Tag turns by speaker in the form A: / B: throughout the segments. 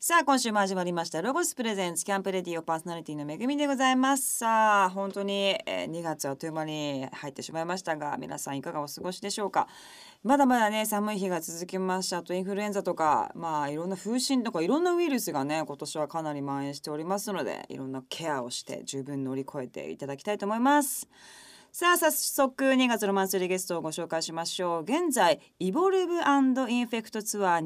A: さあ今週も始まりましたロゴスプレゼンツキャンプレディオパーソナリティのめぐみでございますさあ本当に、えー2月あっという間に入ってしまいましたが皆さんいかがお過ごしでしょうかまだまだね寒い日が続きましたあとインフルエンザとかまあいろんな風疹とかいろんなウイルスがね今年はかなり蔓延しておりますのでいろんなケアをして十分乗り越えていただきたいと思いますさあ早速2月のマンスリーゲストをご紹介しましょう現在イボルブインフェクトツアー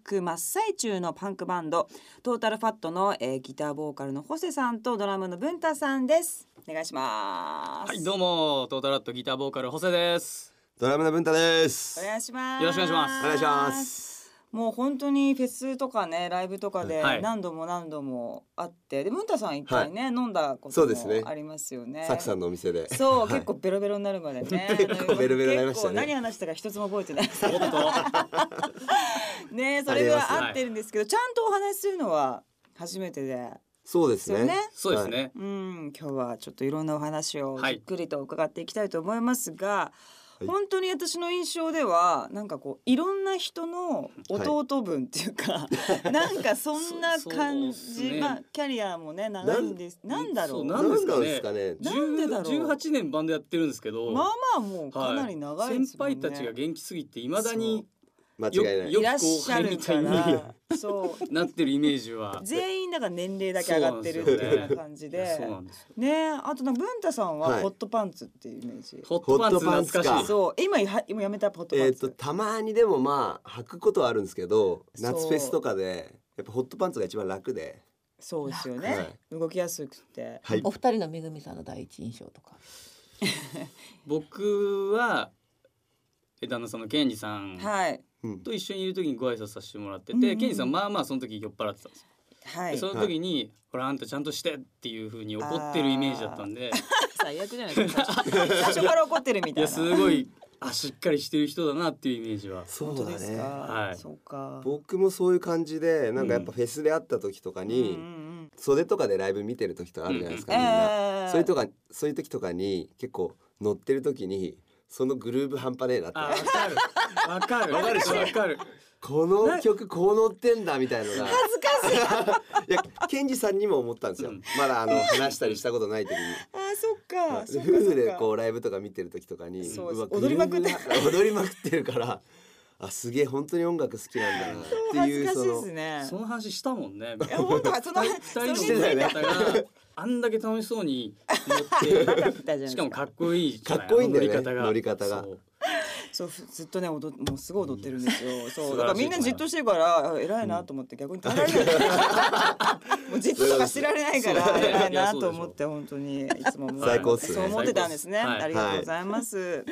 A: 2019真っ最中のパンクバンドトータルファットの、えーギターボーカルのホセさんとドラムの文太さんですお願いします
B: はいどうもトータラットギターボーカルホセです
C: ドラムの文太です。
A: お願いします
B: よろしくお願いします
C: お願いします。
A: もう本当にフェスとかねライブとかで
B: はい
A: 何度も何度もあってで文太さん一回ね、飲んだこ
C: そ
A: と
C: うですね
A: もありますよね
C: サクさんのお店で。
A: そう、結構ベロベロになるまで ね
C: 結構ベロベロになりまし
A: 結
C: たね
A: 構何話したか一つも覚えてない
B: おっと
A: ねそれぐらい
C: あります
B: ね
A: 合ってるんですけどちゃんとお話しするのは初めてで
C: そうです
A: そう
C: ね
A: ね。
B: そうですね、
A: うん今日はちょっといろんなお話を
B: は
A: じ
B: い
A: っくりと伺っていきたいと思いますが、
C: い
A: 本当に私の印象ではなんかこういろんな人の弟分っていうか、 なんかそんな
B: そ
A: 感
B: そうっす
A: じ、
B: ね
A: まあキャリアもね長いんですな
B: なん
A: んだろう
B: そう
A: ま
B: な
A: あ
B: ん
C: な
B: です
C: ん
B: か
C: な
B: ね
C: んですかね。
A: なんでだろう
B: 18年バンドやってるんですけど
A: まあもうかなり長いですもん
B: は
A: ね、
B: い、先輩たちが元気すぎていまだに
C: 間違いない。
B: よ
A: いらっしゃるか
B: よく後輩みたい
A: らそう
B: なってるイメージ は
A: 全員だから年齢だけ上がってるっていうような感じ
B: いや
A: で
B: そうなんですよ
A: ねあとなんか文太さんは
C: はい
A: ホットパンツっていうイメージ、
B: ホットパンツ
C: ホットパンツか
B: 懐かしい
A: そう今や今やめたホットパ
C: えっ
A: ンツ、
C: とたまにでもまあ履くことはあるんですけど、
A: そう
C: 夏フェスとかでやっぱホットパンツが一番楽で。
A: そうですよね、
C: はい
A: 動きやすくて
C: はい
D: お。二人のめぐみさんの第一印象とか。
B: 僕はえ旦那さんのケンジさん
A: はい
C: うん
B: と一緒にいる時にご挨拶させてもらってて、
A: うんうん
B: ケンジさんまあまあその時酔っ払ってたんですよ、
A: は
B: で
A: い
B: その時に、ほらあんたちゃんとしてっていう風に怒ってるイメージだったんで
A: 最悪じゃないですか最初最初から怒ってるみ
B: い
A: たい
B: や
A: な
B: すごいあしっかりしてる人だなっていうイメージは
C: そ
A: 本
C: う
A: 当
C: だ
A: です
C: ね
A: か、。
B: はい
A: そうか
C: 僕もそういう感じでなんかやっぱフェスで会った時とかに、
A: うんうんうん
C: 袖とかでライブ見てる時とかあるじゃないですか、
A: え
C: みんな、
A: ー
C: そういうとかそういう時とかに結構乗ってる時にそのグルーブ半端ねえなって
B: あわかるわかるわかるわかる
C: この曲こう乗ってんだみたいのが恥ずかしいいやケンジさんにも思ったんですよ、
B: うん
C: まだあの話したりしたことない時に
A: あーそっか
C: で
A: そっ
C: 夫
A: かそ
C: 婦
A: っ
C: で
A: か
C: こうライブとか見てる時とかに
A: そう
C: わ
A: 踊りまくって
C: グルーブが踊りまくってるからあすげえ本当に音楽好きなんだなって
A: 恥
C: い
A: ず
C: う
A: かしい
C: そ
A: です
C: の
A: ね
B: その話したもんね
A: いや本当はその
B: 二
A: そ
B: 人
A: れ
B: の
A: について
B: 方があんだけ楽しそうに乗っ
A: だったじゃないで
B: て
A: す
B: し
A: か
B: かもかっこいいじゃない
C: かっこいいんだよね
B: あの
C: 乗り方が
B: そう
A: そうふずっとね踊っもうすごい踊ってるんですよ。そう
B: 素晴らし
A: だ
B: い
A: からみんなじっとしてるからあ偉いなと思って逆に耐えられ ない。もうじっととかしてられないから
B: そう
A: 偉い
B: いや
A: な
B: そうで
A: と
B: しょ
A: 思って本当にいつも思う
C: 最高っすね
A: そう思ってたんですね。
B: はい
A: ありがとうございます。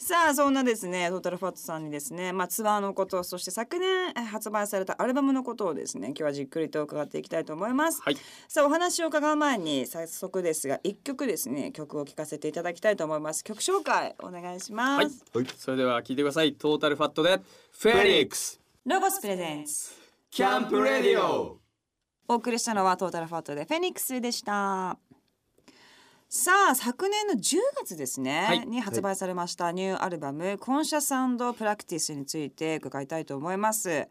A: さあそんなですねトータルファットさんにですねまあツアーのことそして昨年え発売されたアルバムのことをですね今日はじっくりと伺っていきたいと思います。
B: はい
A: さあお話を伺う前に早速ですが一曲ですね曲を聴かせていただきたいと思います。曲紹介お願いします。
B: はいそれでは聞いてくださいトータルファットでフ
C: フ
B: ェ
C: ェ
B: リッ
C: リッ
B: ク
C: ク
B: ス
C: ス
A: ロゴスプレゼンス
C: キャンプレディオ
A: お送りしたのはトータルファットでフェニックスでしたさあ昨年の10月ですね、
B: はい
A: に発売されましたニューアルバム「コンシャサウンドプラクティス」について伺いたいと思います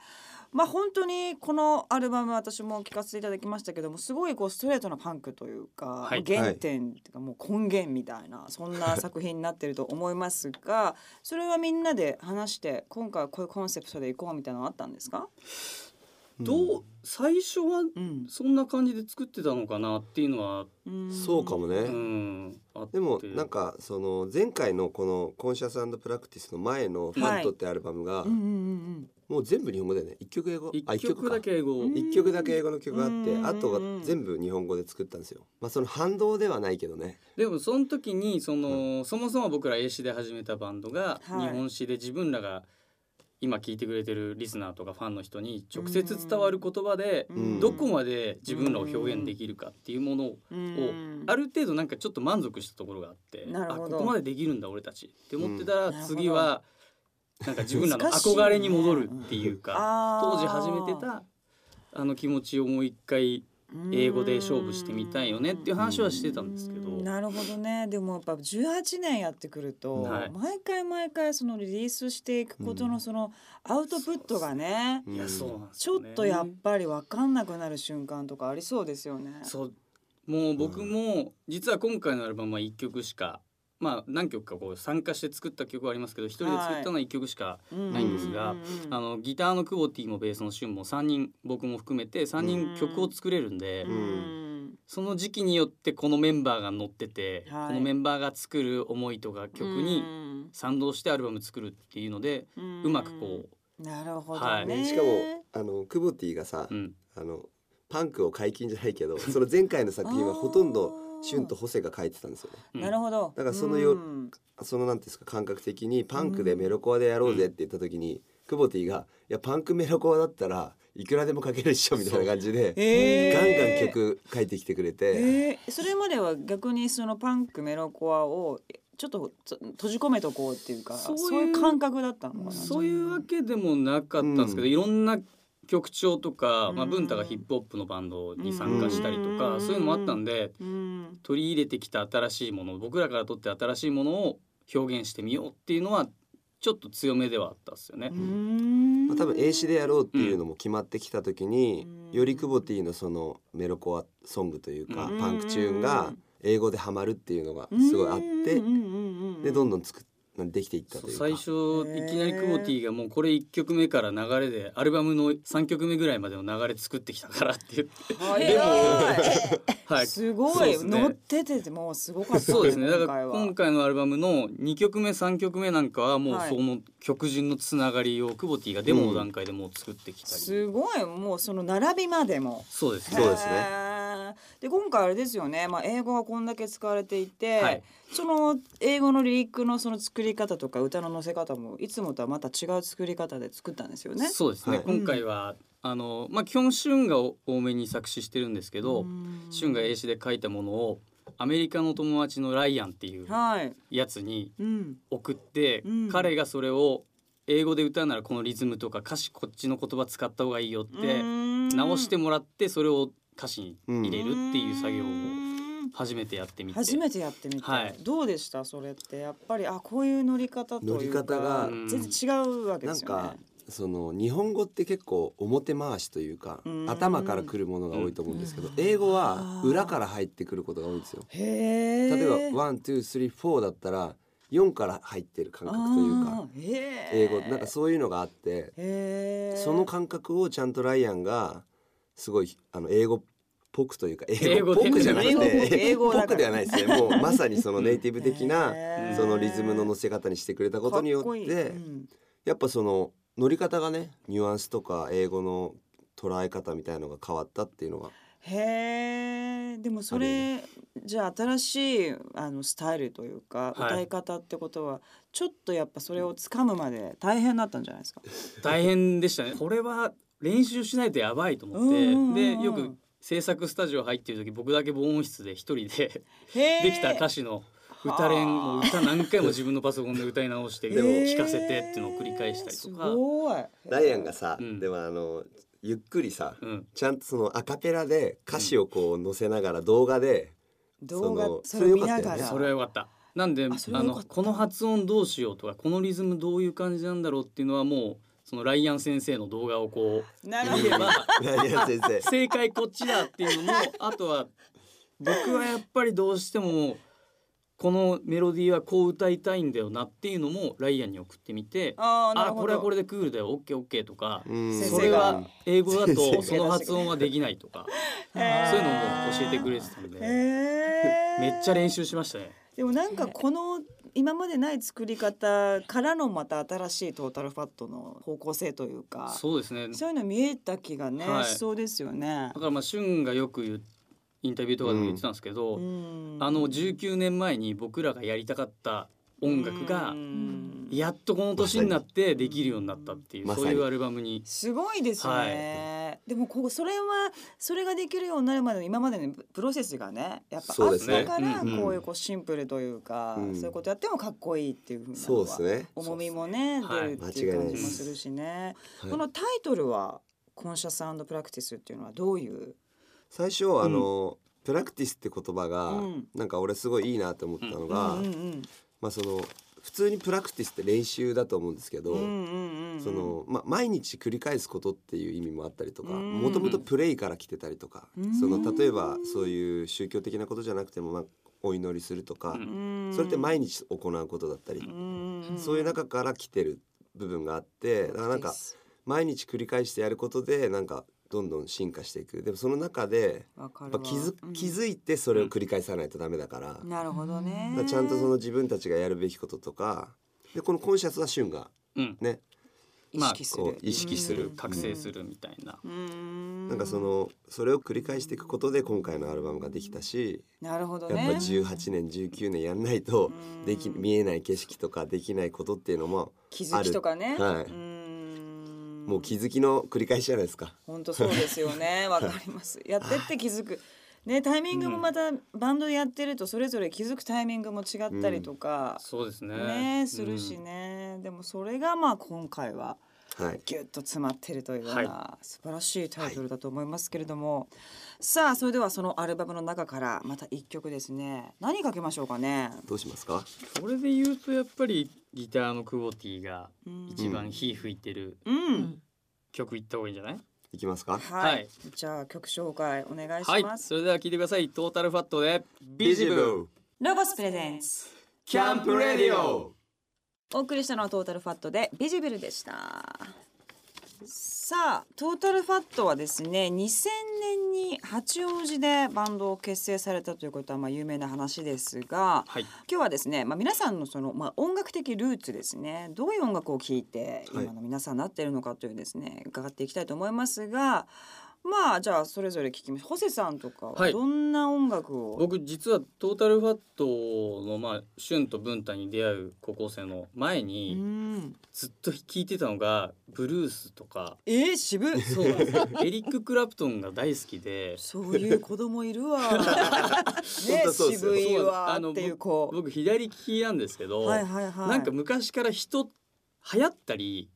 A: まあ本当にこのアルバム私も聴かせていただきましたけどもすごいこうストレートなパンクというか、
B: はい
A: 原点っていうかもう根源みたいなそんな作品になってると思いますが それはみんなで話して今回はこういうコンセプトでいこうみたいなのあったんですか、
B: どう最初は
A: うん、
B: そんな感じで作ってたのかなっていうのは
C: そうかもね、
B: うんあって
C: でもなんかその前回のこの「コンシャスプラクティス」の前の「ファント」ってアルバムが
A: うんうんうん
C: もう全部日本語だよね一曲英語あ
B: 一
C: 一か
B: 曲だけ英語
A: うん
C: 一曲だけ英語の曲があって
A: うん
C: あとは全部日本語で作ったんですよまあその反動ではないけどね
B: でもその時にその、そもそも僕ら英詞で始めたバンドが、
A: はい
B: 日本史で自分らが今聞いてくれてるリスナーとかファンの人に直接伝わる言葉で、
A: うん
C: うん
B: どこまで自分らを表現できるかっていうものを、
A: うん
B: ある程度なんかちょっと満足したところがあって
A: なる
B: あ
A: ほ
B: こ
A: ど
B: こまでできるんだ俺たちって思ってた
A: うん、な
B: ら
A: るほど
B: 次はなんか自分らの
A: 難しいね
B: 憧れに戻るっていうか、
A: あー
B: 当時始めてたあの気持ちをもう一回英語で勝負してみたいよねっていう話はしてたんですけど
A: うんなるほどねでもやっぱ18年やってくると、
B: はい
A: 毎回毎回そのリリースしていくこと
C: う
A: の
C: ん
A: そのアウトプットがね、
B: いやそうなんです
A: ち
B: よ
A: ょ
B: ね
A: っとやっぱり分かんなくなる瞬間とかありそうですよね。
B: そうもう僕も実は今回のアルバムは1曲しかまあ何曲かこう参加して作った曲はありますけど一人で作ったのは1曲しか、
A: うん
B: ないんですが
A: うんうんうん
B: あのギターのクボティもベースのシュンも3人僕も含めて3
A: う
B: 人
A: ん
B: 曲を作れるんで、
A: うんうん
B: その時期によってこのメンバーが乗ってて、
A: はい
B: このメンバーが作る思いとか曲に賛同してアルバム作るっていうので、
A: うん
B: うまくこ
A: うんなるほどね、
B: はい
C: ねしかもあのクボティがさ、
B: う、うん、
C: あのパンクを解禁じゃない けどその前回の作品はほとんどシュンとホセが書いてたんですよね
B: うん
A: なるほど
C: だからそのよ
A: うん
C: そのなんていうんですか感覚的にパンクでメロコアでやろうぜって言った時に、クボティが「いやパンクメロコアだったらいくらでも書けるっしょ」みたいな感じで、
A: えー
C: ガンガン曲書いてきてくれて、
A: えーそれまでは逆にそのパンクメロコアをえちょっとつ閉じ込めとこうっていうかそ
B: そうういう
A: いう感覚だったのかな
B: そういうわけでもなかったんですけど、
C: うん
B: いろんな曲調とか、まあ、
A: うん
B: 文太がヒップホップのバンドに参加したりとか、
A: うん
B: そういうのもあったんで
A: うん
B: 取り入れてきた新しいもの僕らから取って新しいものを表現してみようっていうのはちょっと強めではあったっすよね。
C: まあ、多分 A 詞でやろうっていうのも決まってきた時
A: う
C: に、
A: ん
C: よりクボティのそのメロコアソングというか、
B: うん
C: パンクチューンが英語でハマるっていうのがすごいあって、でどんどん作っできていったというか
B: 最初いきなりクボティがもうこれ1曲目から流れでアルバムの3曲目ぐらいまでの流れ作ってきたからっ て言って、
A: はい
B: でもは
A: はい
B: い、
A: すご
B: そう
A: い
B: ですね
A: 乗ってててもうすごかった
B: そうですねだ
A: 今
B: か
A: 回
B: ら
A: は
B: 今回のアルバムの2曲目3曲目なんかはもう
A: はい
B: その曲順のつながりをクボティがデモの段階でもう作ってきたり、
A: すごいもうその並びまでも
B: そうです
C: そうですね
A: へーで今回あれですよね、まあ、英語がこんだけ使われていて、
B: はい
A: その英語のリリックのその作り方とか歌の載せ方もいつもとはまた違う作り方で作ったんですよね。
B: そうですね、
C: はい
B: 今回は、あのまあ基本シュンが多めに作詞してるんですけど、
A: うん
B: シュンが英詞で書いたものをアメリカの友達のライアンっていう
A: はい、
B: やつに
A: うん、
B: 送って、
A: うん
B: 彼がそれを英語で歌うならこのリズムとか歌詞こっちの言葉使った方がいいよって直して
A: も
B: もらってそれを歌詞に入れるっていう作業を初めてやってみて。
A: 初めてやってみて、
B: はい
A: どうでしたそれってやっぱりあこういう乗り方というか
C: 乗り方が
A: 全然違うわけで
C: なん
A: すよね
C: か。その日本語って結構表回しというか
A: うん
C: 頭からくるものが多いと思うんですけど
D: うん
C: 英語は裏から入ってくることが多いんですよ。
A: へえ
C: 例えば「1,2,3,4」だったら4から入ってる感覚というか
A: というか
C: 英語なんかそういうのがあって
A: へー
C: その感覚をちゃんとライアンがすごいあの英語っぽくというか英
B: 英
C: 語
B: 語
C: っ
B: で
C: ぽくじゃなくて
A: 英
C: 英
A: 語英語
C: 語っ
A: だ
C: ぽ
A: から
C: くではないですねもうまさにそのネイティブ的な
A: へー
C: そのリズムの乗せ方にしてくれたことによ
A: かっこい
C: っ
A: い
C: て
A: うん
C: やっぱその乗り方がねニュアンスとか英語の捉え方みたいのが変わったっていうのが
A: へえでもそれじゃあ新しいあのスタイルというか、
B: はい
A: 歌い方ってことはちょっとやっぱそれを掴むまで大変だったんじゃないですか。
B: 大変でしたねこれは練習しないとやばいと思っ
A: うんうんうん
B: てでよく制作スタジオ入ってる時僕だけ防音室で一人で
A: へー
B: できた歌詞の歌練もう歌何回も自分のパソコンで歌い直して
A: へー
B: でも聞かせてっていうのを繰り返したりとか
A: す、ごい
C: ライアンがさ、
B: うん
C: でもあのゆっくりさ
B: うん、
C: ちゃんとそのアカペラで歌詞をこう載せながら動画で、
A: 動画
C: その
A: それを見なが
C: それ良かったよね
A: ら
B: それはよかった。なんで
A: あ
B: あ
A: それはよか
B: の
A: った
B: この発音どうしようとかこのリズムどういう感じなんだろうっていうのはもうそのライアン先生の動画をこう
A: なるほ
B: 見
A: ど
B: れば
C: ライア ン先生
B: 正解こっちだっていうのもあとは僕はやっぱりどうしてもこのメロディーはこう歌いたいんだよなっていうのもライアンに送ってみて
A: あーなる
B: あ
A: ほど
B: これはこれでクールだよオッケーオッケーとか
C: うん
A: 先
B: そ
A: 生
B: れ
A: が
B: は英語だ
C: 先生が
B: とその発音はできないとか
A: へ
B: そう
A: ー
B: いうのも教えてくれてたんで
A: へ
B: め
A: ー
B: っちゃ練習しましたね。
A: でもなんかこの今までない作り方からのまた新しいトータルファットの方向性というかそ
B: そうですね
A: ういうの見えた気がね、
B: はい
A: しそうですよね
B: だ。からまあ俊がよく言うインタビューとかでも言ってたんですけど、
A: うん
B: あの19年前に僕らがやりたかった音楽が
A: うん
B: やっとこの年になってできるようになったっていう
C: まさに
B: そういうアルバムに
A: すごいですね。でもこうそれはそれができるようになるまでの今までのプロセスがねやっぱ
C: そ
A: あ
C: う
A: っ
C: です
B: ね
A: たから
B: うんうん
A: こういうこうシンプルというか、
C: うん
A: そういうことやってもかっこいいっていうふうな
C: そうですね
A: 重みもね
B: そう
A: 出
B: で
A: る
B: す
A: っていう感じもするしね。
C: はい
A: このタイトルは「コンシャスプラクティス」っていうのはどういう
C: 最初あの、プラクティスって言葉が、
A: うん
C: なんか俺すごいいいなと思ったのが、
A: うんうん
C: まあその普通にプラクティスって練習だと思うんですけど、
A: うんうんうんうん
C: そのまあ、毎日繰り返すことっていう意味もあったりとか
A: うん
C: もともとプレイから来てたりとか、
A: うん
C: その例えばそういう宗教的なことじゃなくても、まあ、お祈りするとか、
B: う
A: う
B: ん
A: ん
C: それって毎日行うことだったり、
A: うんうん
C: そういう中から来てる部分があってだからなんか毎日繰り返してやることでなんかどんどん進化していくでもその中で
A: わか
C: やっ
A: る
C: ぱ
A: わ
C: 気づ,、
A: うん
C: 気づいてそれを繰り返さないとダメだから,、
A: なるほどね
C: だからちゃんとその自分たちがやるべきこととかでこのコンシャスは旬が
B: うん、
C: ね
A: 意識する、
C: こう意識する
A: うん
B: 覚醒するみたいな、
A: うん
C: なんかそのそれを繰り返していくことで今回のアルバムができたし
A: なるほど
C: やっぱ
A: ね
C: 18年19年やんないと
A: うん
C: でき見えない景色とかできないことっていうのも
A: 気づきとかね
C: はい
A: うん
C: もう気づきの繰り返しじゃないですか。
A: 本当そうですよ ねわかりますやってって気づくねタイミングもまたバンドやってるとそれぞれ気づくタイミングも違ったりとか、
B: そうですね
A: ねするしね、でもそれがまあ今回は
C: はい、
A: ギュッと詰まってるというような、
B: は
A: 素晴らしいタイトルだと思いますけれども、さあそれではそのアルバムの中からまた一曲ですね何かけましょうかね、
C: どうしますか
B: うんそれで言うとやっぱりギターのクボティが
A: うん
B: 一番火吹いてる
A: うん、
D: うん
B: 曲いった方がいいんじゃない、
C: いきます
A: は
C: か
A: い、
B: はい
A: じゃあ曲紹介お願いし
B: はい
A: ます、
B: それでは聞いてくださいトータルファットでビジブ
A: ロボスプレゼンツ
C: キャンプレディオ
A: お送りしたのはトータルファットでビジブルでしたさあトータルファットはですね2000年に八王子でバンドを結成されたということはまあ有名な話ですが
B: はい
A: 今日はですね、まあ、皆さんのその、まあ、音楽的ルーツですねどういう音楽を聴いて
C: はい
A: 今の皆さんなってるのかというですね、伺っていきたいと思いますがまあじゃあそれぞれ聞きますホセさんとか
B: は
A: はいどんな音楽を、
B: 僕実はトータルファットのまあ旬と文太に出会う高校生の
A: う
B: 前に
A: ん
B: ずっと聴いてたのがブルースとか
A: えー、渋っ
B: そうなんですよ エリック・クラプトンが大好きで
A: そういう子供い るわ。ね
C: 本、当そうですよ
A: 渋いわ
B: そうなん
A: っていう
B: あの
A: 子。
B: 僕左利きなんですけど、
A: はいはいはい。
B: なんか昔から人流行ったり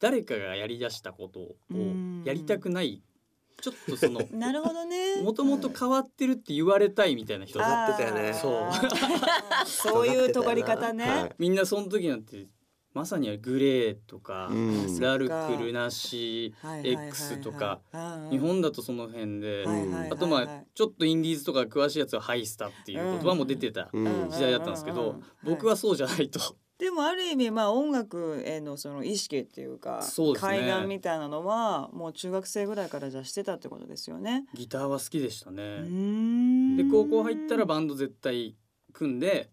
B: 誰かがやりだしたことを
A: うん
B: やりたくないちょっとそ の
A: なるほどね。
B: もともと変わってるって言われたいみたいな人
C: あってたよね
A: あー。
C: そう
A: そういう尖り方
C: は
A: ね
C: い。
B: みんなその時なんてまさにグレーとか、
C: うん
B: ラルクルナシー X とか、日本だとその辺で、
C: はい
B: あとまあちょっとインディーズとか詳しいやつはハイスタっていう言葉も出てた
C: うん
B: 時代だったんですけ
A: うんうん
B: ど、
A: うんうん
B: 僕はそうじゃないと、
A: でもある意味まあ音楽へのその意識っていうか
B: そうですね
A: 海岸みたいなのはもう中学生ぐらいからじゃあしてたってことですよね。
B: ギターは好きでしたね。で
A: で
B: 高校入ったらバンド絶対組んで、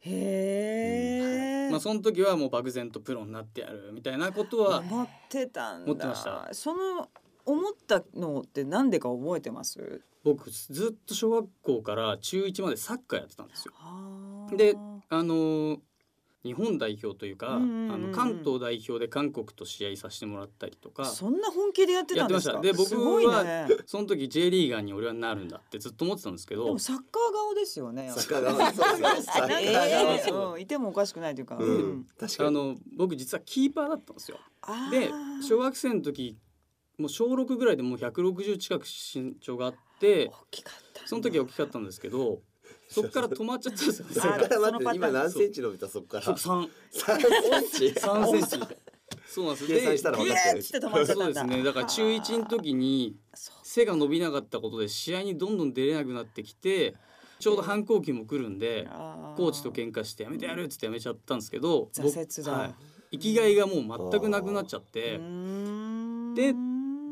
A: へえ。
B: まあ、その時はもう漠然とプロになってやるみたいなことは
A: 持ってたんだ
B: 持ってました
A: その思ったのってなんでか覚えてます
B: 僕ずっと小学校から中1までサッカーやってたんですよ。で
A: で
B: あのー日本代表というか、
A: うんうんうんうん
B: あの関東代表で韓国と試合させてもらったりとかそ
A: そんな本気でやってたんです
B: や
A: か
B: ってました
A: す
B: で僕
A: ご
B: はい
A: ね
B: の時 J リーガーに俺はなるんだってずっと思ってたんですけ
A: で
B: ど
A: もサッカー顔ですよね
C: 坂川そうですよ
A: な
C: 坂
A: んか
C: 川
A: ね
B: えー
A: うんいてもおかしくないというか、
C: うん
A: うん
C: 確か
B: あ
C: に
B: の僕実はキーパーだったんですよ。
A: あー
B: で小学生の時もう小6ぐらいでもう160近く身長があって
A: 大きかったな
B: その時は大きかったんですけどそこから止まっちゃったんですよね。
C: そっから
A: そ
C: 待
A: の
C: っ
A: パター
C: て
A: ン
C: 今何センチ伸びたそっから
B: 僕三
C: 三センチ
B: 三セン チみたいな。そうなんですよ。
C: 計算したら
A: ギ
C: 分
A: ュ
C: かって
A: ー
C: る
A: ッて止まっちゃったん
B: そう
A: だ
B: ですね。だから中1の時に
A: そう
B: 背が伸びなかったことで試合にどんどん出れなくなってきて、ちょうど反抗期も来るんで、
A: あ
B: コーチと喧嘩してやめてやるっつってやめちゃったんですけど、僕
A: 挫折だ
B: い、生きがいがもう全くなくなっちゃって、で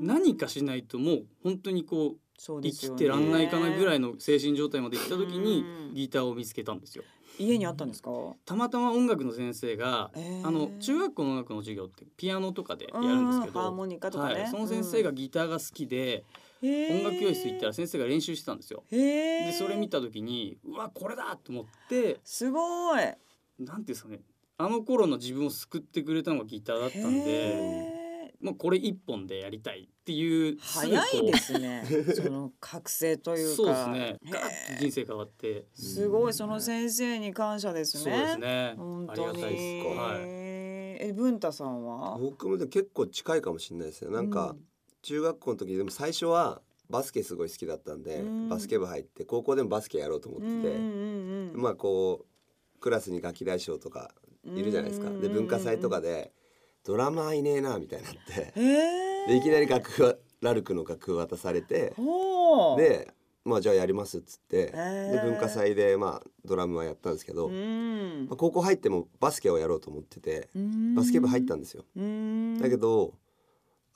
B: 何かしないともう本当にこう生きてらんないかなぐらい
A: い
B: の精神状態までいった時に
A: うん
B: ギターを見つけたんですよ。
A: 家にあったんですか
B: たまたま音楽の先生が、
A: えー
B: あの中学校の音楽の授業ってピアノとかでやるんですけど、
A: うんハーモニカとかね
B: はい、その先生がギターが好きで、音
A: 音
B: 楽教室行ったら先生が練習してたんですよ。
A: へえ
B: でそれ見た時にうわこれだと思って
A: すごい
B: なんていうんですかねあの頃の自分を救ってくれたのがギターだったんで。
A: へえ
B: もうこれ一本でやりたいっていう
A: 早いですす ねその覚醒と
B: ぐ
A: い
B: こ
A: う
B: う
A: か
B: そうですね
A: へえ
B: ガラッと人生変わって
A: すごいその先生に感謝ですね
B: そうですね
A: 本
B: あり
A: 当
B: が
A: に
B: たいですはい
A: え文太さんは
C: 僕もでも結構近いかもしれないですねなん
A: う
C: か、
A: ん
C: 中学校の時でも最初はバスケすごい好きだったんで、
A: うん
C: バスケ部入って高校でもバスケやろうと思ってて、まあこうクラスにガキ大将とかいるじゃないですか、で文化祭とか
A: で。
C: でドラマーいねえなみたいになって
A: えー、
C: でいきなり楽譜はラルクの楽譜渡されて
A: ほう、
C: でまあじゃあやりますっつって、
A: ー
C: で文化祭でまあドラムはやったんですけど、
A: う
C: ま
A: ん
C: あ、高校入ってもバスケをやろうと思っててバスケ部入ったんですよ。
A: うん
C: だけど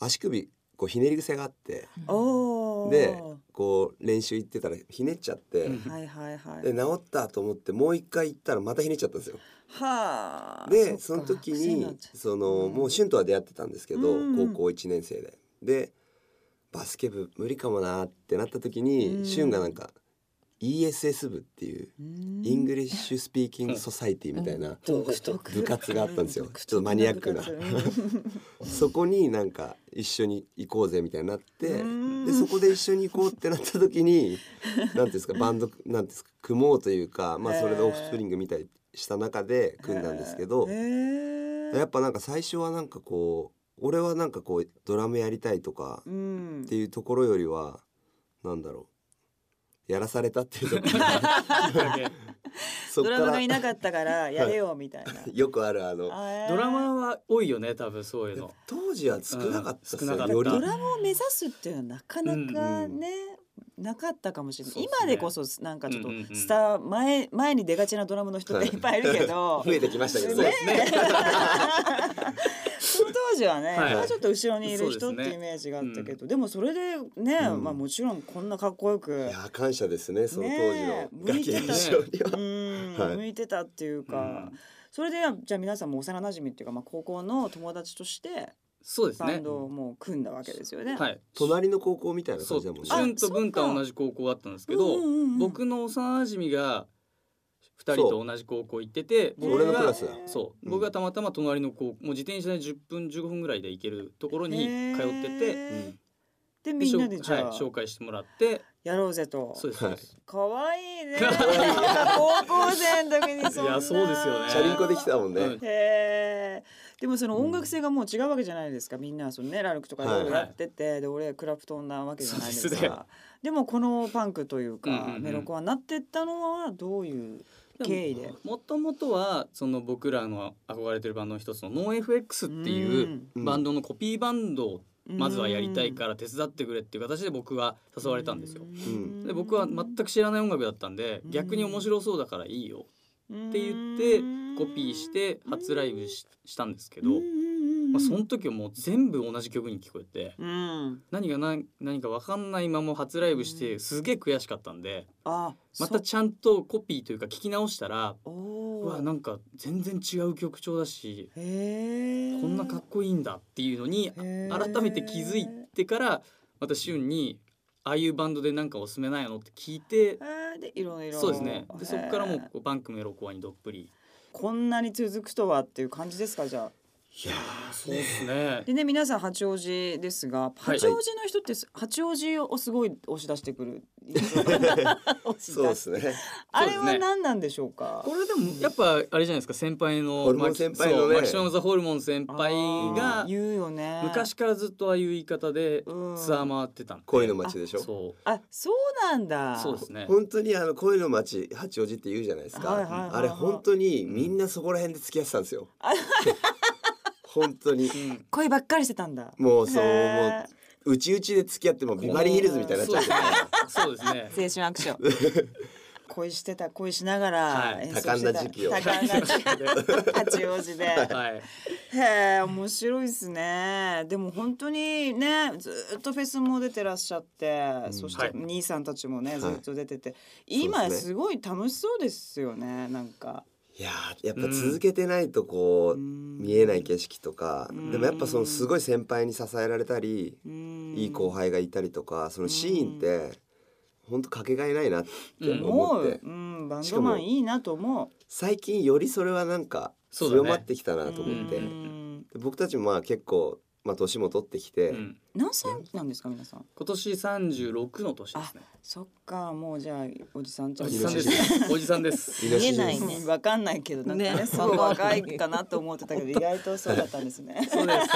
C: 足首こうひねり癖があって
A: おー
C: でこう練習行ってたらひねっちゃって、
B: うん
A: はいはいはい
C: で治ったと思ってもう一回行ったらまたひねっちゃったんですよ。
A: はあ
C: で
A: そっ
C: その
A: か
C: 時
A: 癖になっ
C: に
A: ちゃう
C: その
A: うん
C: もうシュンとは出会ってたんですけど、
A: うんうん
C: 高校1年生ででバスケ部無理かもなーってなった時に、
A: うん
C: シュンがなんか ESS 部っていう
A: うん
C: イングリッシュスピーキングソサイティみたいな
D: 独特
C: 部活があったんですよちょっとマニアックな
A: 独特部活
C: そこになんか一緒に行こうぜみたいになって
A: うん
C: でそこで一緒に行こうってなった時に何ですかバンドなんですか組もうというか、まあ、それでオフスプリングみたいした中で組んだんですけど
A: へ。ー
C: やっぱなんか最初はなんかこう俺はなんかこうドラムやりたいとか
A: うん
C: っていうところよりはなんだろうやらされたってい うところそ
A: ド
C: っか
A: ラムがい
C: ら
A: なかったからやれよみ たいな
C: よくあるあの
A: あー
B: ドラマーは多いよね多分そういうの。
C: 当時は少なかったです
B: うん少なか
C: よ
B: った
C: よ
A: ド
C: り
A: ラムを目指すっていうのはなかなかね、なかったかもしれない、
B: そうっすね
A: 今でこそなんかちょっと
B: うんうんうん
A: スター前前に出がちなドラムの人っていっぱいいるけど、
C: 増えてきましたけどね
B: ね。
A: その当時はね、
B: はい
A: まあちょっと後ろにいる
B: そ
A: 人っ
B: う
A: てい
B: ですね
A: うイメージがあったけどで,、もそれでね、
C: うん
A: まあもちろんこんなかっこよく
C: いや感謝ですねその当時
A: ね
C: の
A: 向
C: ガ
A: い
C: キ
A: て
C: 大
A: た
C: 将には
A: う。 ん、
C: はい
A: 向いてたっていうか、
B: うん
A: それでじゃあ皆さんも幼馴染っていうか、まあ、高校の友達として
B: そうです
A: バ
B: ね
A: ン。ドをもう組んだわけですよね。
B: はい。
C: 隣の高校みたいな
B: そ
C: 感
B: う、
C: じ
B: シ
C: だも
B: ュ
C: んね。
B: ンと文化は同じ高校だったんですけど、
A: うんうんうん
B: 僕の幼馴染が二人と同じ高校行ってて、
C: そう
B: 僕が
C: 俺のクラスだ
B: そう、
C: うん
B: 僕がたまたま隣の高校、もう自転車で10分15分ぐらいで行けるところに通
A: へ
B: ってて、
A: ー
C: うん
A: で
B: で
A: みんなで
B: しょ
A: じゃあ、
B: はい紹介してもらって、
A: やろうぜと。
B: そうですそうです。
A: 可愛い ね。
B: 可愛い
A: 高校生の時にそんな。
B: いやそうですよね
C: チャリンコできたもんね。
B: うん
A: へえ。でもその音楽性がもう違うわけじゃないですか。みんなそのねラルクとかいろいろやってて、で俺クラプトンなわけじゃないです
B: そう
A: か。
B: で
A: です
B: ね
A: もこのパンクというか、
B: うんうんうん
A: メロコアになってったのはどういう経緯で。
B: もともとはその僕らの憧れてるバンドの一つの NoFX っていう
C: うん
B: バンドのコピーバンドをまずはやりたいから手伝ってくれっていう形で僕は誘われたんですよ。
C: ん
B: で僕は全く知らない音楽だったんで
A: うん
B: 逆に面白そうだからいいよ
A: っ
B: って言ってコピーして初ライブししたんですけど、まあ、その時はもう全部同じ曲に聞こえて
A: うん。
B: 何が何何か分かんないまま初ライブしてすげえ悔しかったんで
A: あ、
B: また
A: そ
B: ちゃんとコピーというか聞き直したら
A: お
B: うわなんか全然違う曲調だし
A: へえ。
B: こんなかっこいいんだっていうのに
A: へー
B: 改めて気づいてからまた旬に「ああいうバンドでなんかおすすめないの?」って聞いて
A: えーでいろいろ
B: そうですねでそこからも
A: へ
B: う
A: ー
B: こうバンクメロコアにどっぷり
A: こんなに続くとはっていう感じですかじゃあ
C: いや
B: そうですね
A: でね皆さん八王子ですが
B: はい
A: 八王子の人ってす八王子をすごい押し出してく る押し出す
C: そうですね。
A: あれ
B: そうです
A: は
B: ね
A: 何なんでしょうか
B: これでもやっぱあれじゃないですか先輩の
C: ホルモン先輩の
B: マキ
C: ね
B: シマキシマム・ザ・ホルモン先輩
A: あー
B: が
A: 言うよね
B: 昔からずっとああいう言い方でツ
A: うん
B: アー回ってたんで
C: 恋の街でしょ。
B: そう
A: あそうなんだ
B: そうですね
C: 本当にあの恋の街八王子って言うじゃないですか、
A: はいはいはいはい
C: あれ本当にみんなそこら辺で付き合ってたんですよ本当に
B: うん
A: 恋ばっかりしてたんだ
C: もうそう
A: へ
C: も
A: ー
C: ううちうちで付き合ってもうビバリーヒルズみたいになっちゃって
B: そうです ね
A: 青春アクション 恋してた恋しながら
B: はい
A: 演奏してた、
C: 多感な時期を
A: 多感な時期八王 子で、
B: はい
A: へえ面白いですねでも本当にねずーっとフェスも出てらっしゃって、
C: ん
A: そし
B: は
A: て
B: い
A: 兄さんたちもね、
C: い
A: ずっと出てて今
C: そうですね
A: すごい楽しそうですよねなんか
C: いやーやっぱ続けてないとこう、見えない景色とか、
A: うん
C: でもやっぱそのすごい先輩に支えられたり、い
A: い
C: い後輩がいたりとかそのシーンって本当かけがえないなって
A: 思
C: 思って
A: う、、うん、バン
C: し
A: ド
C: かも
A: マンいいなと思
C: 最近よりそれはなんか
B: そうだね
C: 強まってきたな
A: う
C: と思って、
A: う
B: うん
C: で僕たちもまあ結構、まあ、年も取ってきて、
B: うん
A: 何歳なんですか皆さん
B: 今年三十六の年ですね。
A: そっかもうじゃあおじさんちゃ
B: お
A: ん
B: じさんです。おじさんです。
C: イノシシ
D: 見えない
C: です
D: ね
A: わかんないけどなんかね
D: ね
A: すごい若いかなと思ってたけど意外とそうだったんですね
B: そうです。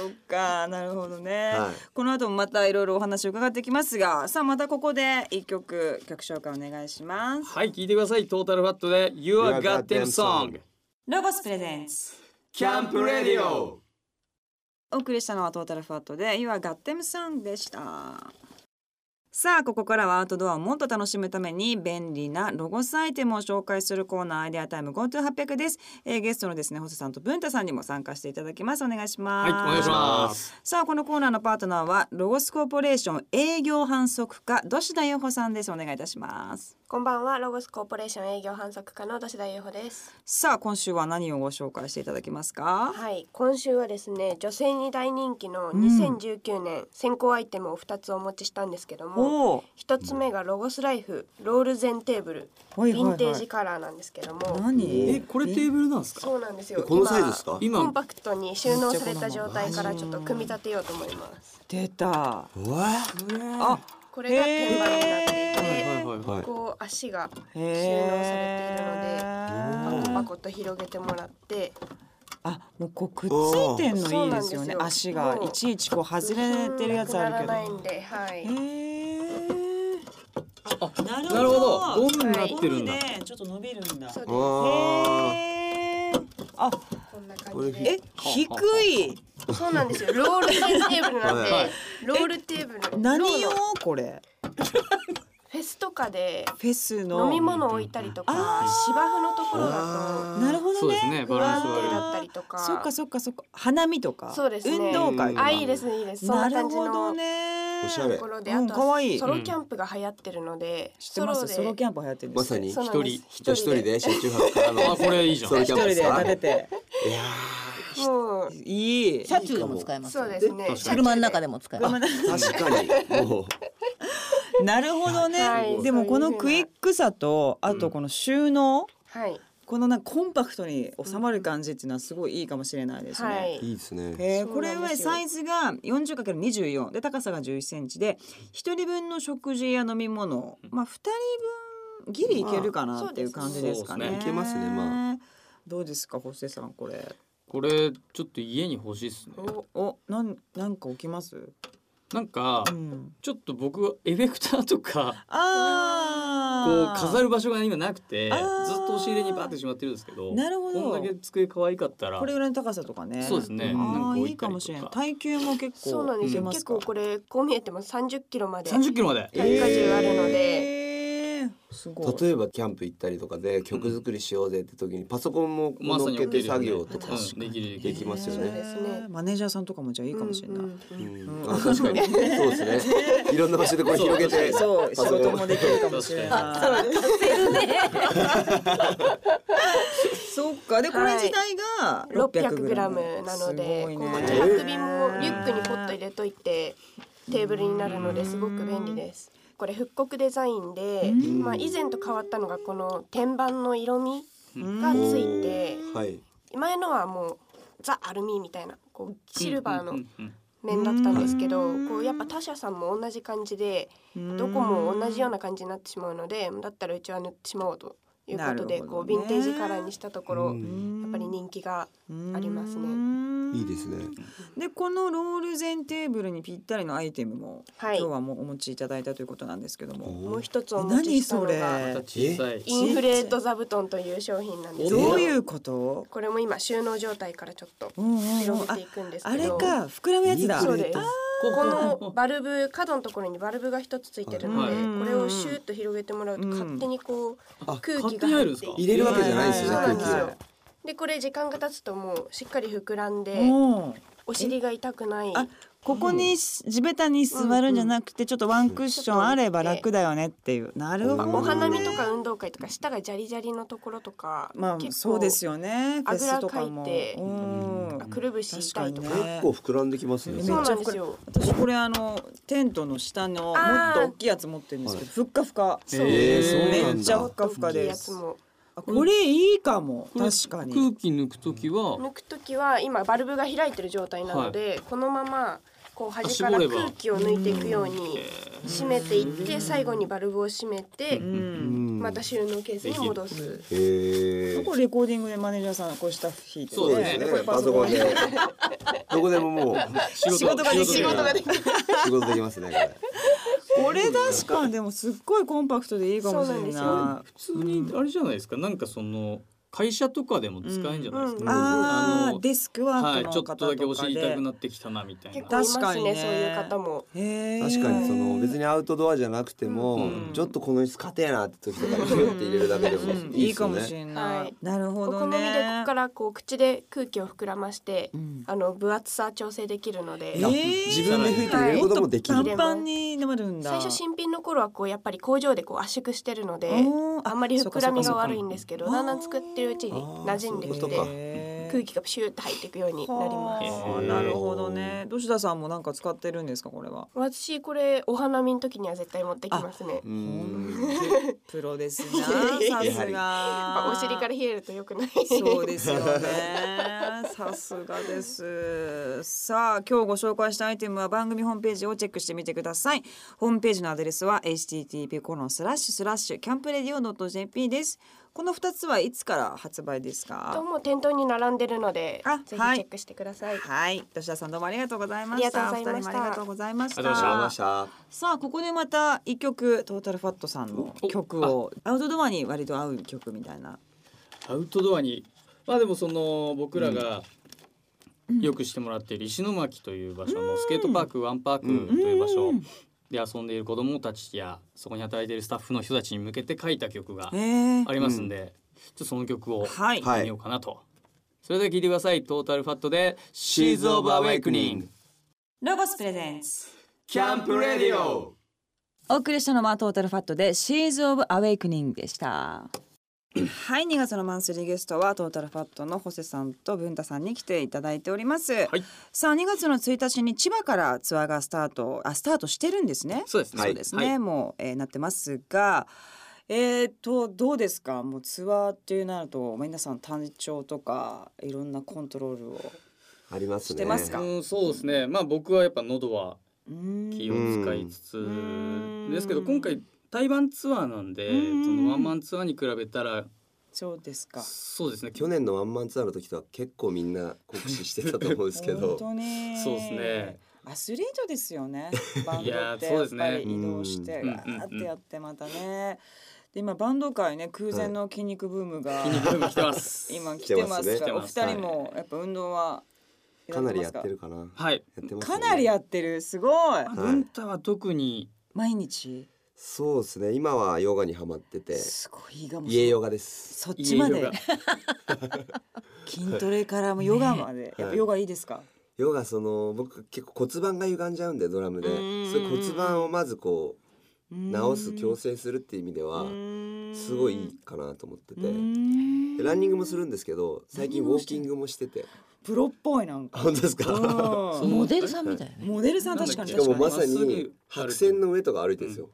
A: そっかなるほどね、
C: はい
A: この後もまたいろいろお話を伺ってきますがさあまたここで一曲曲紹介お願いします
B: はい聞いてくださいトータルファットで You are Goddamn Song
A: ロゴスプレゼンツ
B: キャンプレディオ
A: お送りしたのはトータルファットで You are Goddamn Song でしたさあここからはアウトドアをもっと楽しむために便利なロゴスアイテムを紹介するコーナーアイデアタイム GoTo800 です、えーゲストのですねホセさんと文太さんにも参加していただきますお願いしま
B: はい
A: す
B: お願いします
A: さあこのコーナーのパートナーはロゴスコーポレーション営業販促課土師田優穂さんですお願いいたします
E: こんばんはロゴスコーポレーション営業販促課の土田優穂です
A: さあ今週は何をご紹介していただけますか
E: はい今週はですね女性に大人気の
A: うん
E: 2019年選考アイテムを2つお持ちしたんですけど
A: お
E: も
A: お
E: 一つ目がロゴスライフロールゼンテーブル
A: は
E: ヴ
A: いはいはい
E: ィンテージカラーなんですけども
A: 何
B: えこれテーブルなんですか
E: そうなんですよ
C: このサイズですか
E: 今
B: 今
E: コンパクトに収納された状態からちょっと組み立てようと思います
A: 出た
B: あ
A: あ
E: これが天板になっていて、
B: はいはいはい
C: はい
E: こう足が
A: 収
E: 納されているのでパコパ
A: で
E: コと広げてもらって
A: あもうこうくっついてんのいいですよね
E: そうなんです
A: 足
E: よ
A: がいちいちこう外れてるやつある
E: なく
A: け
E: ならない
A: ど
E: んではい、
A: へえ
B: あ
A: な
B: なるほどゴムにな
E: はい
B: ってるんだ
A: ゴムでちょっと伸びるんだ
E: そうです
C: あ
A: へえあ
E: こんな感じ
C: これ
A: え
E: で
A: 低い
E: そうなんですよ ロールテーブルなんで、
C: はい
E: ロールテーブル
A: 何用
E: ローの
A: これ
E: フェスとかで
A: フェスの
E: 飲み物を置いたりとか
A: あー
E: 芝生のところだ
C: あ
A: なるほ
B: そ
A: ど
B: うで
A: ね
B: すね
E: とグ
B: バラ
E: ラ
B: ン
E: ン
B: ス悪
E: テ
B: い
E: だったりとか
A: そっかそっかそっか花見とか
E: そうですね
A: 運動会とか
E: あいいですねいいですそん
A: な
E: な
A: る
E: 感じ
A: ほど
E: の
A: ね
C: おしゃれ
E: ところで
A: う
E: あ
A: ん
E: と
A: 可愛い
E: はソロキャンプが流行ってるので、
A: 知ってますソロキ
E: ャン
A: ャンプ流行ってるんです
C: まさに
E: そうなんです
C: じゃあ一人で車中泊から の
B: あこれいいじゃん
C: ソロ
A: 一
C: キャン
A: 人
C: プ
A: で
C: です
A: 立
C: か
A: てて
C: いや
E: もう
A: いい
D: 車中でも使えます
E: そ
D: よ
E: う
D: ね
E: ですね
B: 確かに
D: 車の中でも使えます
C: ー確かにもう
A: なるほどね、
E: はい
A: でもこのクイックさとあ
B: う
A: と
B: ん
A: この収納、
E: はい
A: このなんかコンパクトに収まる感じっていうのはすごいいいかもしれないですね。
E: はい
C: いいで すね
A: えー、
E: そ
A: こ
E: うな
A: れ
E: んで
A: は
E: すよ
A: サイズが 40×24 で高さが11センチで一人分の食事や飲み物、まあ、二人分ギリいけるかな
E: まあ
A: っていう感じですかね。
B: そうです
C: ねいけますねま
A: あ。どうですか星さんこれ。
B: これちょっと家に欲しいっすね
A: おなんなんか起きます？
B: なんか
A: うん、
B: ちょっと僕はエフェクターとか
A: あ
B: こう
A: あ
B: 飾る場所が今なくてず
A: あ
B: っ
A: ー
B: と押し入れにバーってしまってるんですけど
A: なるほど
B: こんだけ机可愛かったら
A: これぐらいの高さとかね。
B: そうですね
A: あ
B: なんか
A: あ
B: 置
A: いい
B: いたりとか
A: かもしれない。耐久も結構
E: そうなんですよ、
A: いけま
E: 結
A: か
E: 構これこう見えても30キロまで
B: 30キロまで
E: え耐荷重あるの
A: え
E: で
A: ーすごい。
C: 例えばキャンプ行ったりとかで曲作りしようぜって時にパソコンも乗っけて作業とか、
B: まさに置けるよねうんできるできる
C: できますよね
A: そうですねマネージャーさんとかもじゃあいいかもしれない。
E: うんうんうん
C: うんあ確かにそうですねいろんな場所でこう広げて
A: そう
C: パ
A: 仕
C: ソコン
A: 事もできるかもしれない。そっかでこれ自体が
E: 600
A: 600
E: グ
A: グ
E: ラ
A: ラ
E: ム
A: ム
E: なので、
A: すごい
E: こ
A: ね
E: う持ち運びもリュックにポッと入れといてテーブルになるのですごく便利です。これ復刻デザインで、
A: うん
E: まあ以前と変わったのがこの天板の色味
A: うん
E: がついて、
C: はい
E: 前のはもうザアルミみたいなこうシルバー
B: うんう
E: の
B: んうん
E: 面だったんですけど、
A: うん
E: こうやっぱ他社さんも同じ感じで、
A: うん
E: どこも同じような感じになってしまうので、だったらうちは塗ってしまおうということ
A: な
E: で、
A: る
E: こ
A: ほど
E: う
A: ね
E: ヴィンテージカラーにしたところ、
C: うん
E: やっぱり人気がありますね
A: うん
C: いいですね
A: でこのロールゼンテーブルにぴったりのアイテムも、
E: はい
A: 今日はもうお持ちいただいたということなんですけども
E: もう
C: お
E: 一つお持ちしたの
A: 何そ
E: が
A: れ
B: 小さい
E: インフレート座布団という商品なんで
A: ど
E: すけ
A: うい
E: ど
A: うこと
E: これも今収納状態からちょっと
A: うんうんうん
E: 広げ
A: あ
E: ていくんです
A: あ
E: け
A: れ
E: ど
A: か膨らむやつだ
E: そうです
B: こ
E: このバルブ角のところにバルブが一つついてるので
A: はい
E: これをシューッと広げてもらうと
A: うん
E: 勝手にこう
C: あ
E: 空気
B: 勝
E: が
B: 手に入るんで
E: 入っ
B: す
E: て
B: か
C: 入れるわけじゃないんですよね、
A: は
E: そうなん
C: 空で
E: で
C: す
E: よ
C: 空
E: でこれ時間が経つともうしっかり膨らんで
A: うん
E: お尻が痛くない
A: あここにし地べたに座るんじゃなくてちょっとワンクッションあれば楽だよねっていうなるほどね
E: お花見とか運動会とか下がジャリジャリのところとか
A: まあ
E: 結構
A: そうですよねフェスとかも
E: あぐらかいて
A: うん
E: くるぶし痛いとか
A: 確かにね
C: 結構膨らんできますね
A: めっち
E: そ
A: ゃ
E: うなんですよ
A: 私これあのテントの下のも
E: あー
A: っと大きいやつ持ってるんですけどふっかふか
E: そう
B: えーそうなんだ
A: めっちゃふかふか
E: 大きい
A: で
E: や
A: す
E: つも
A: あこれいいかも
B: これ
A: 確か
B: 空
A: に
B: 気抜くときは
E: 抜くときは今バルブが開いてる状態なので、このままこう端か
B: 絞
E: ら
B: れば
E: 空気を抜いていくように
B: え
E: 締めていって最後にバルブを締めて
A: う
C: うんん
E: また収納ケースに戻す。
C: へえ
A: これレコーディングでマネージャーさんがこうした弾いて
B: そうですね
A: これ
C: パソコンでどこでももう
B: 仕
A: 仕事ができる
B: 仕事ができる
C: 仕事できますねこれ
A: これ確かにでもすっごいコンパクトでいいかもしれない
E: そうな
B: 普通にあれじゃないですかなんかその会社とかでも使えるんじゃないですか、
E: うん
A: あ
B: あ
A: ー
B: の
A: デスクワ
B: は
A: ー
B: い
A: クの
B: ちょ
A: 方
B: っ
A: とかで、
B: とだけ教えたくなってきたなみたい
E: 結
B: な
E: 構います
A: 確かにね
E: ねそういう方も。
A: へー
C: 確かにその別にアウトドアじゃなくても、
A: うん
C: ちょっとこの椅子硬えなって時とかにギュって入れるだけでも
A: うん
C: い
A: い
C: い
A: い
C: か
A: か
C: も
A: も
C: し
A: し
C: れない。
A: れ
E: は
A: ない
E: い。
A: なるほ
E: お
A: ど
E: 好み
A: ね
E: でここからこう口で空気を膨らまして、
A: うん
E: あの分厚さ調整できるので、
A: えー
C: 自分で吹いて入れることもでき
A: パ
C: る。
E: は
A: ン
E: い
A: パンになるんだ
E: 最初新品の頃はこうやっぱり工場でこう圧縮してるので
A: おーあ
E: あんまり膨らみが悪いんですけ
A: そ
E: ど
A: うか
E: だ
A: そうんか
E: だん作ってるうちに馴染んでき
C: あーそういうことか
E: て空気がシューッと入っていくようになります。
A: はあなるほどね。どしださんもなんか使ってるんですかこれ は。
E: 私これお花見の時には絶対持ってきますね。
C: うん
A: プロですな。さ
C: や
A: す
E: やっぱ
A: が。
E: お尻から冷えると良くない。
A: そうですよね。さすがです。さあ、今日ご紹介したアイテムは番組ホームページをチェックしてみてください。ホームページのアドレスは http コロンスラッシュスラッシュキャンプレディオドット jp です。この二つはいつから発売です
E: と
A: か。
E: もう店頭に並んでるので
A: あ、
E: ぜひチ
A: はい
E: ェックしてください。
A: はい、吉田さんどうもありがとうございました。
E: ありがとうござ
A: お二
E: いました
A: 人もありがとうございました。
B: ありがとうござい
C: ました。
A: さあここでまた一曲トータルファットさんの曲をアウトドアに割と合う曲みたいな。
B: アウトドアにまあでもその僕らがよくしてもらっている石巻という場所のスケートパークワンパークという場所で遊んでいる子どもたちやそこに働いているスタッフの人たちに向けて書いた曲が
A: ええ
B: ありますんでちょっとその曲を聴
A: はい。
C: はい
B: みようかなとそれでは聴いてくださいトータルファットで「シーズ・オブ・アウェイクニング
A: ロゴスプレゼンス。」
B: キャンプレディオ
A: お送りしたのはトータルファットでシーズオブアウェイクニングでした。はい2月のマンスリーゲストはトータルファットのホセさんと文太さんに来ていただいております、
B: い
A: さあ2月の1日に千葉からツアーがスタートあスタートしてるんですね
B: そうですね
A: そうですね、
B: はい
A: もう、えーなってますがえー、とどうですかもうツアーっていうなると皆さん単調とかいろんなコントロールを
C: あります
A: し
C: ね。
A: てますか
B: うんそうですねまあ僕はやっぱ喉は
A: うーん
B: 気を使いつ
A: う
B: つ
A: ん
B: ですけど今回対バンツアーなんで
A: うん
B: そのワンマンツアーに比べたら
A: そうですか
B: そうですね
C: 去年のワンマンツアーの時とは結構みんな酷使してたと思うんですけ
A: 本
C: ど。
A: 当に
B: そうですね
A: アスリートですよ ねバン
B: い
A: ド
B: や
A: っ
B: ー
A: て
B: そう
A: や
B: で
A: っ
B: すね
A: ぱり移動して
B: うん
A: ガーってやってまたねで今バンド界ね空前の筋肉ブームが
B: 筋肉ブーム来 てます
A: 今来てます
C: 来
A: か
B: て
A: らお
B: ますね
A: 二人もやっぱ運動は
C: かなりやって
A: ます
C: るかな。や
B: はい
C: ってますよ
A: か
C: ね
A: なりやってるすごい
C: い
B: 文太は特に
A: 毎日
C: そうですね。今はヨガにハマってて、
A: すごいがも
C: 家ヨガです。
A: そっち
B: 家ヨ
A: ま
B: ガ
A: で 筋トレからもヨガまでやっぱヨガいいですか
C: ヨガその僕結構骨盤が歪んじゃうんでドラムで、
A: うんうんうん
C: それ骨盤をまずこう直す矯
A: 制
C: 正するっていう意味ではすごいいいかなと思ってて。で
A: ラ
C: ランニングもするんですけど最近ウォーキングもしてて
A: プロっぽいなんか
C: 本当ですか
A: う
B: そうん
D: モデルさんみたいなね。
A: モデルさん確かに
C: し
A: 確
C: か
A: か
C: も
A: に
C: まさ
B: まっす
C: に
B: ぐ
C: 白線の上とか歩いてるんですよ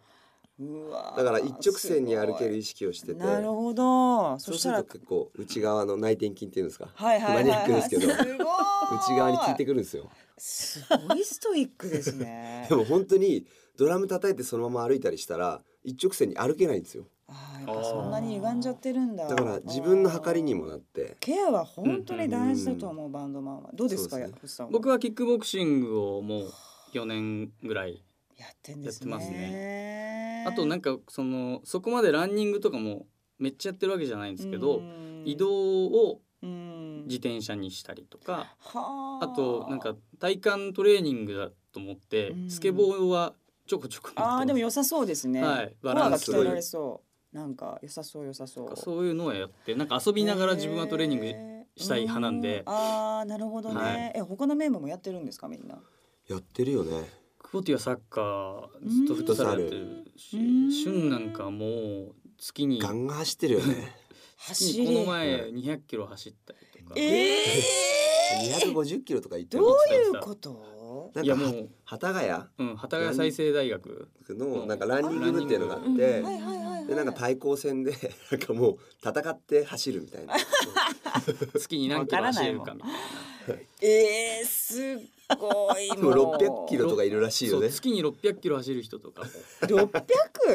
A: うわー
C: だから一直線に歩ける意識をし
A: す
C: て
A: ごい
C: て
A: なるほど
C: そ
A: そうし
C: す
A: た
C: る
A: ら
C: と結構内側の内転筋っていうんですか
A: はいはい
C: マ
A: は
C: ニアッ
A: い、
C: ク
A: は
C: で
A: い、
C: すけ
A: ご
C: ど
A: い
C: 内側に効いてくるんですよ
A: すごいストイックです ね
C: でも本当にドラム叩いてそのまま歩いたりしたら一直線に歩けないんですよ
A: あーやっぱそんなに歪んじゃってるんだ
C: だから自分の計りにも
A: あー
C: なって
A: ケアは本当に大事だと思う、バンドマンはどうですか
C: そうですね
A: 星さんは
B: 僕はキックボクシングをもう4年ぐらい
A: やってんですね
B: やってますあとなん
A: か
B: かそのそこまでランニングとかもめっちゃやってるわけじゃないんですけど移動を
A: うん
B: 自転車にしたりとか
A: は
B: あとなんか体幹トレーニングだと思って
A: うん
B: スケボーはちょこちょこ持ってます
A: あーでも良さそうですね、
B: はい
A: コ
B: バ
A: ア
B: ラ
A: が
B: ンス
A: 鍛えられそうなんか良さそう良さそう
B: そういうのをやってなんか遊びながら自分はトレーニングしたい派なんで
A: へーああなるほどね、
B: はい
A: え他のメンバーもやってるんですかみんな
C: やってるよね
B: クボティはサッカーずっとフットサルやってるし
A: うん
B: シュンなんかもう月に
C: ガンガン走ってるよね
B: 月
A: 走
B: に
A: り
B: この前200キロ走ったりとか、
A: え
C: 250キロとか言っ
A: ー、
C: て
A: どう
C: ま
A: いうこと
C: す
B: いや
C: なん
B: も
C: か
B: う
C: 幡ヶ谷
B: うん幡ヶ谷再生大学
C: のなんかランニング部っていうのがあって、
B: うん
A: はいはいはいはい
C: でなんか対抗戦で なんかもう戦って走るみたいな
B: 月に何キロ走れるかみたいな
A: えー、すっごい
C: でも600キロとかいるらしい
B: そ
C: よ
B: う
C: ね
B: 月に600キロ走る人とかも
A: 六百。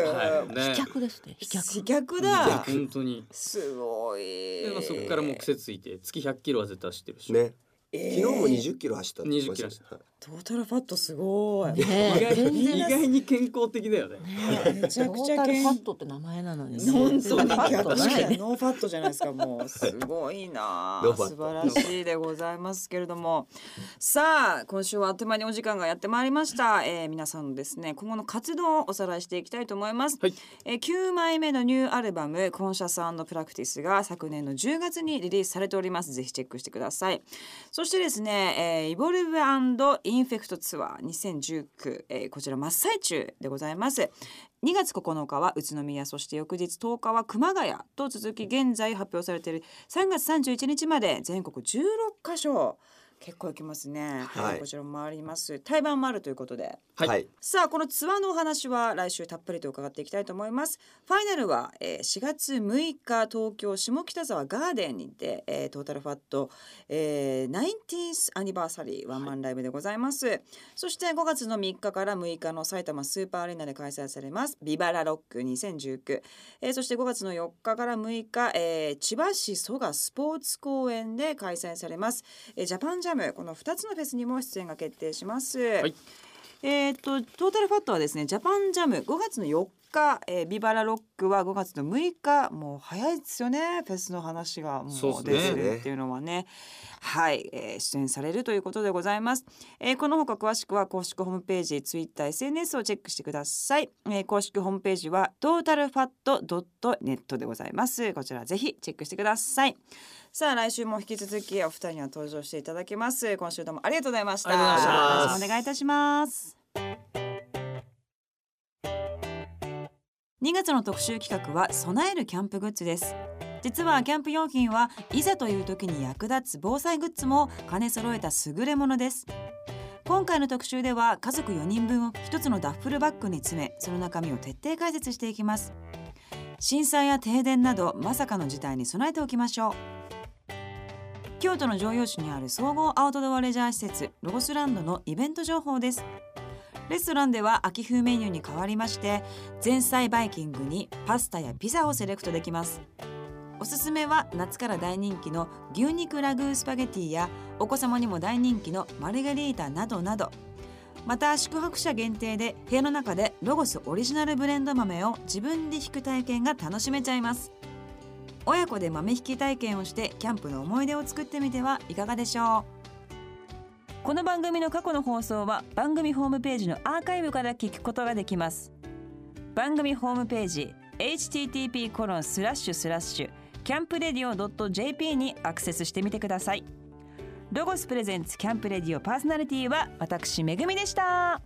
B: はいね
D: 飛脚で すね。飛脚。
A: 飛脚だ。
B: 本当に
A: すごい。
B: で、まあ、そこからもう癖ついて月100キロは絶対走ってるし、
C: ね
A: え
C: 昨
A: ー
C: 日も20キロ走ったって言ってましたね
B: 20キロ
A: トータルファットすごい。
D: ね
B: 意
D: え、
B: 外
D: 全
B: に意
D: 然
B: 外に健康的だよね
A: めちゃくちゃ
D: トータル
A: 健
D: ファットって名前なのにね。
A: 本当に
D: ファッ
A: 逆
D: トな
A: じゃ
D: い
A: ない
D: ね。
A: ノーファットじゃないですかもうすごいなあ
C: ノーファッ
A: 素
C: ト
A: 晴らしいでございますけれどもさあ今週はあっという間にお時間がやってまいりました、えー、皆さんのですね今後の活動をおさらいしていきたいと思います、
B: はい
A: えー、9枚目のニューアルバム「コンシャスプラクティス」が昨年の10月にリリースされておりますぜひチェックしてくださいそしてですね、えー、イボルブインフェクトツアー2019、えー、こちら真っ最中でございます2月9日は宇都宮そして翌日10日は熊谷と続き現在発表されている3月31日まで全国16箇所結構行きますね、はい
C: はい
A: こちらも回ります対バンもあるということで
B: はい
C: はい
A: さあこのツアーのお話は来週たっぷりと伺っていきたいと思いますファイナルは、えー、4月6日東京下北沢ガーデンにて、えー、トータルファット、えー、90th アニバーサリーワンマンライブでございます、そして5月の3日から6日の埼玉スーパーアリーナで開催されますビバラロック2019、えー、そして5月の4日から6日、えー、千葉市蘇我スポーツ公園で開催されます、えー、ジャパンジャムこの2つのフェスにも出演が決定します、
B: い
A: えーっとトータルファットはですねジャパンジャム5月の4日、えー、ビバラロックは5月の6日もう早いですよねフェスの話がも
B: そうっ
A: う
B: す
A: 出
B: ね
A: てるっていうのはねはい、えー出演されるということでございます、えーこのほか詳しくは公式ホームページツイッター SNS をチェックしてください、えー公式ホームページはトータルファット .net でございますこちらぜひチェックしてくださいさあ来週も引き続きお二人には登場していただきます今週どうもありがとうございました
B: ありがとうございま
A: 来週
B: す
A: もお願いいたします2月の特集企画は備えるキャンプグッズです実はキャンプ用品はいざという時に役立つ防災グッズも兼ね揃えた優れものです今回の特集では家族4人分を一つのダッフルバッグに詰めその中身を徹底解説していきます震災や停電などまさかの事態に備えておきましょう京都の城陽市にある総合アウトドアレジャー施設ロゴスランドのイベント情報ですレストランでは秋風メニューに変わりまして前菜バイキングにパスタやピザをセレクトできますおすすめは夏から大人気の牛肉ラグースパゲティやお子様にも大人気のマルゲリータなどなどまた宿泊者限定で部屋の中でロゴスオリジナルブレンド豆を自分で引く体験が楽しめちゃいます親子で豆引き体験をしてキャンプの思い出を作ってみてはいかがでしょうこの番組の過去の放送は番組ホームページのアーカイブから聞くことができます番組ホームページ http コロンスラッシュスラッシュキャンプレディオ .jp にアクセスしてみてくださいロゴスプレゼンツキャンプレディオパーソナリティは私めぐみでした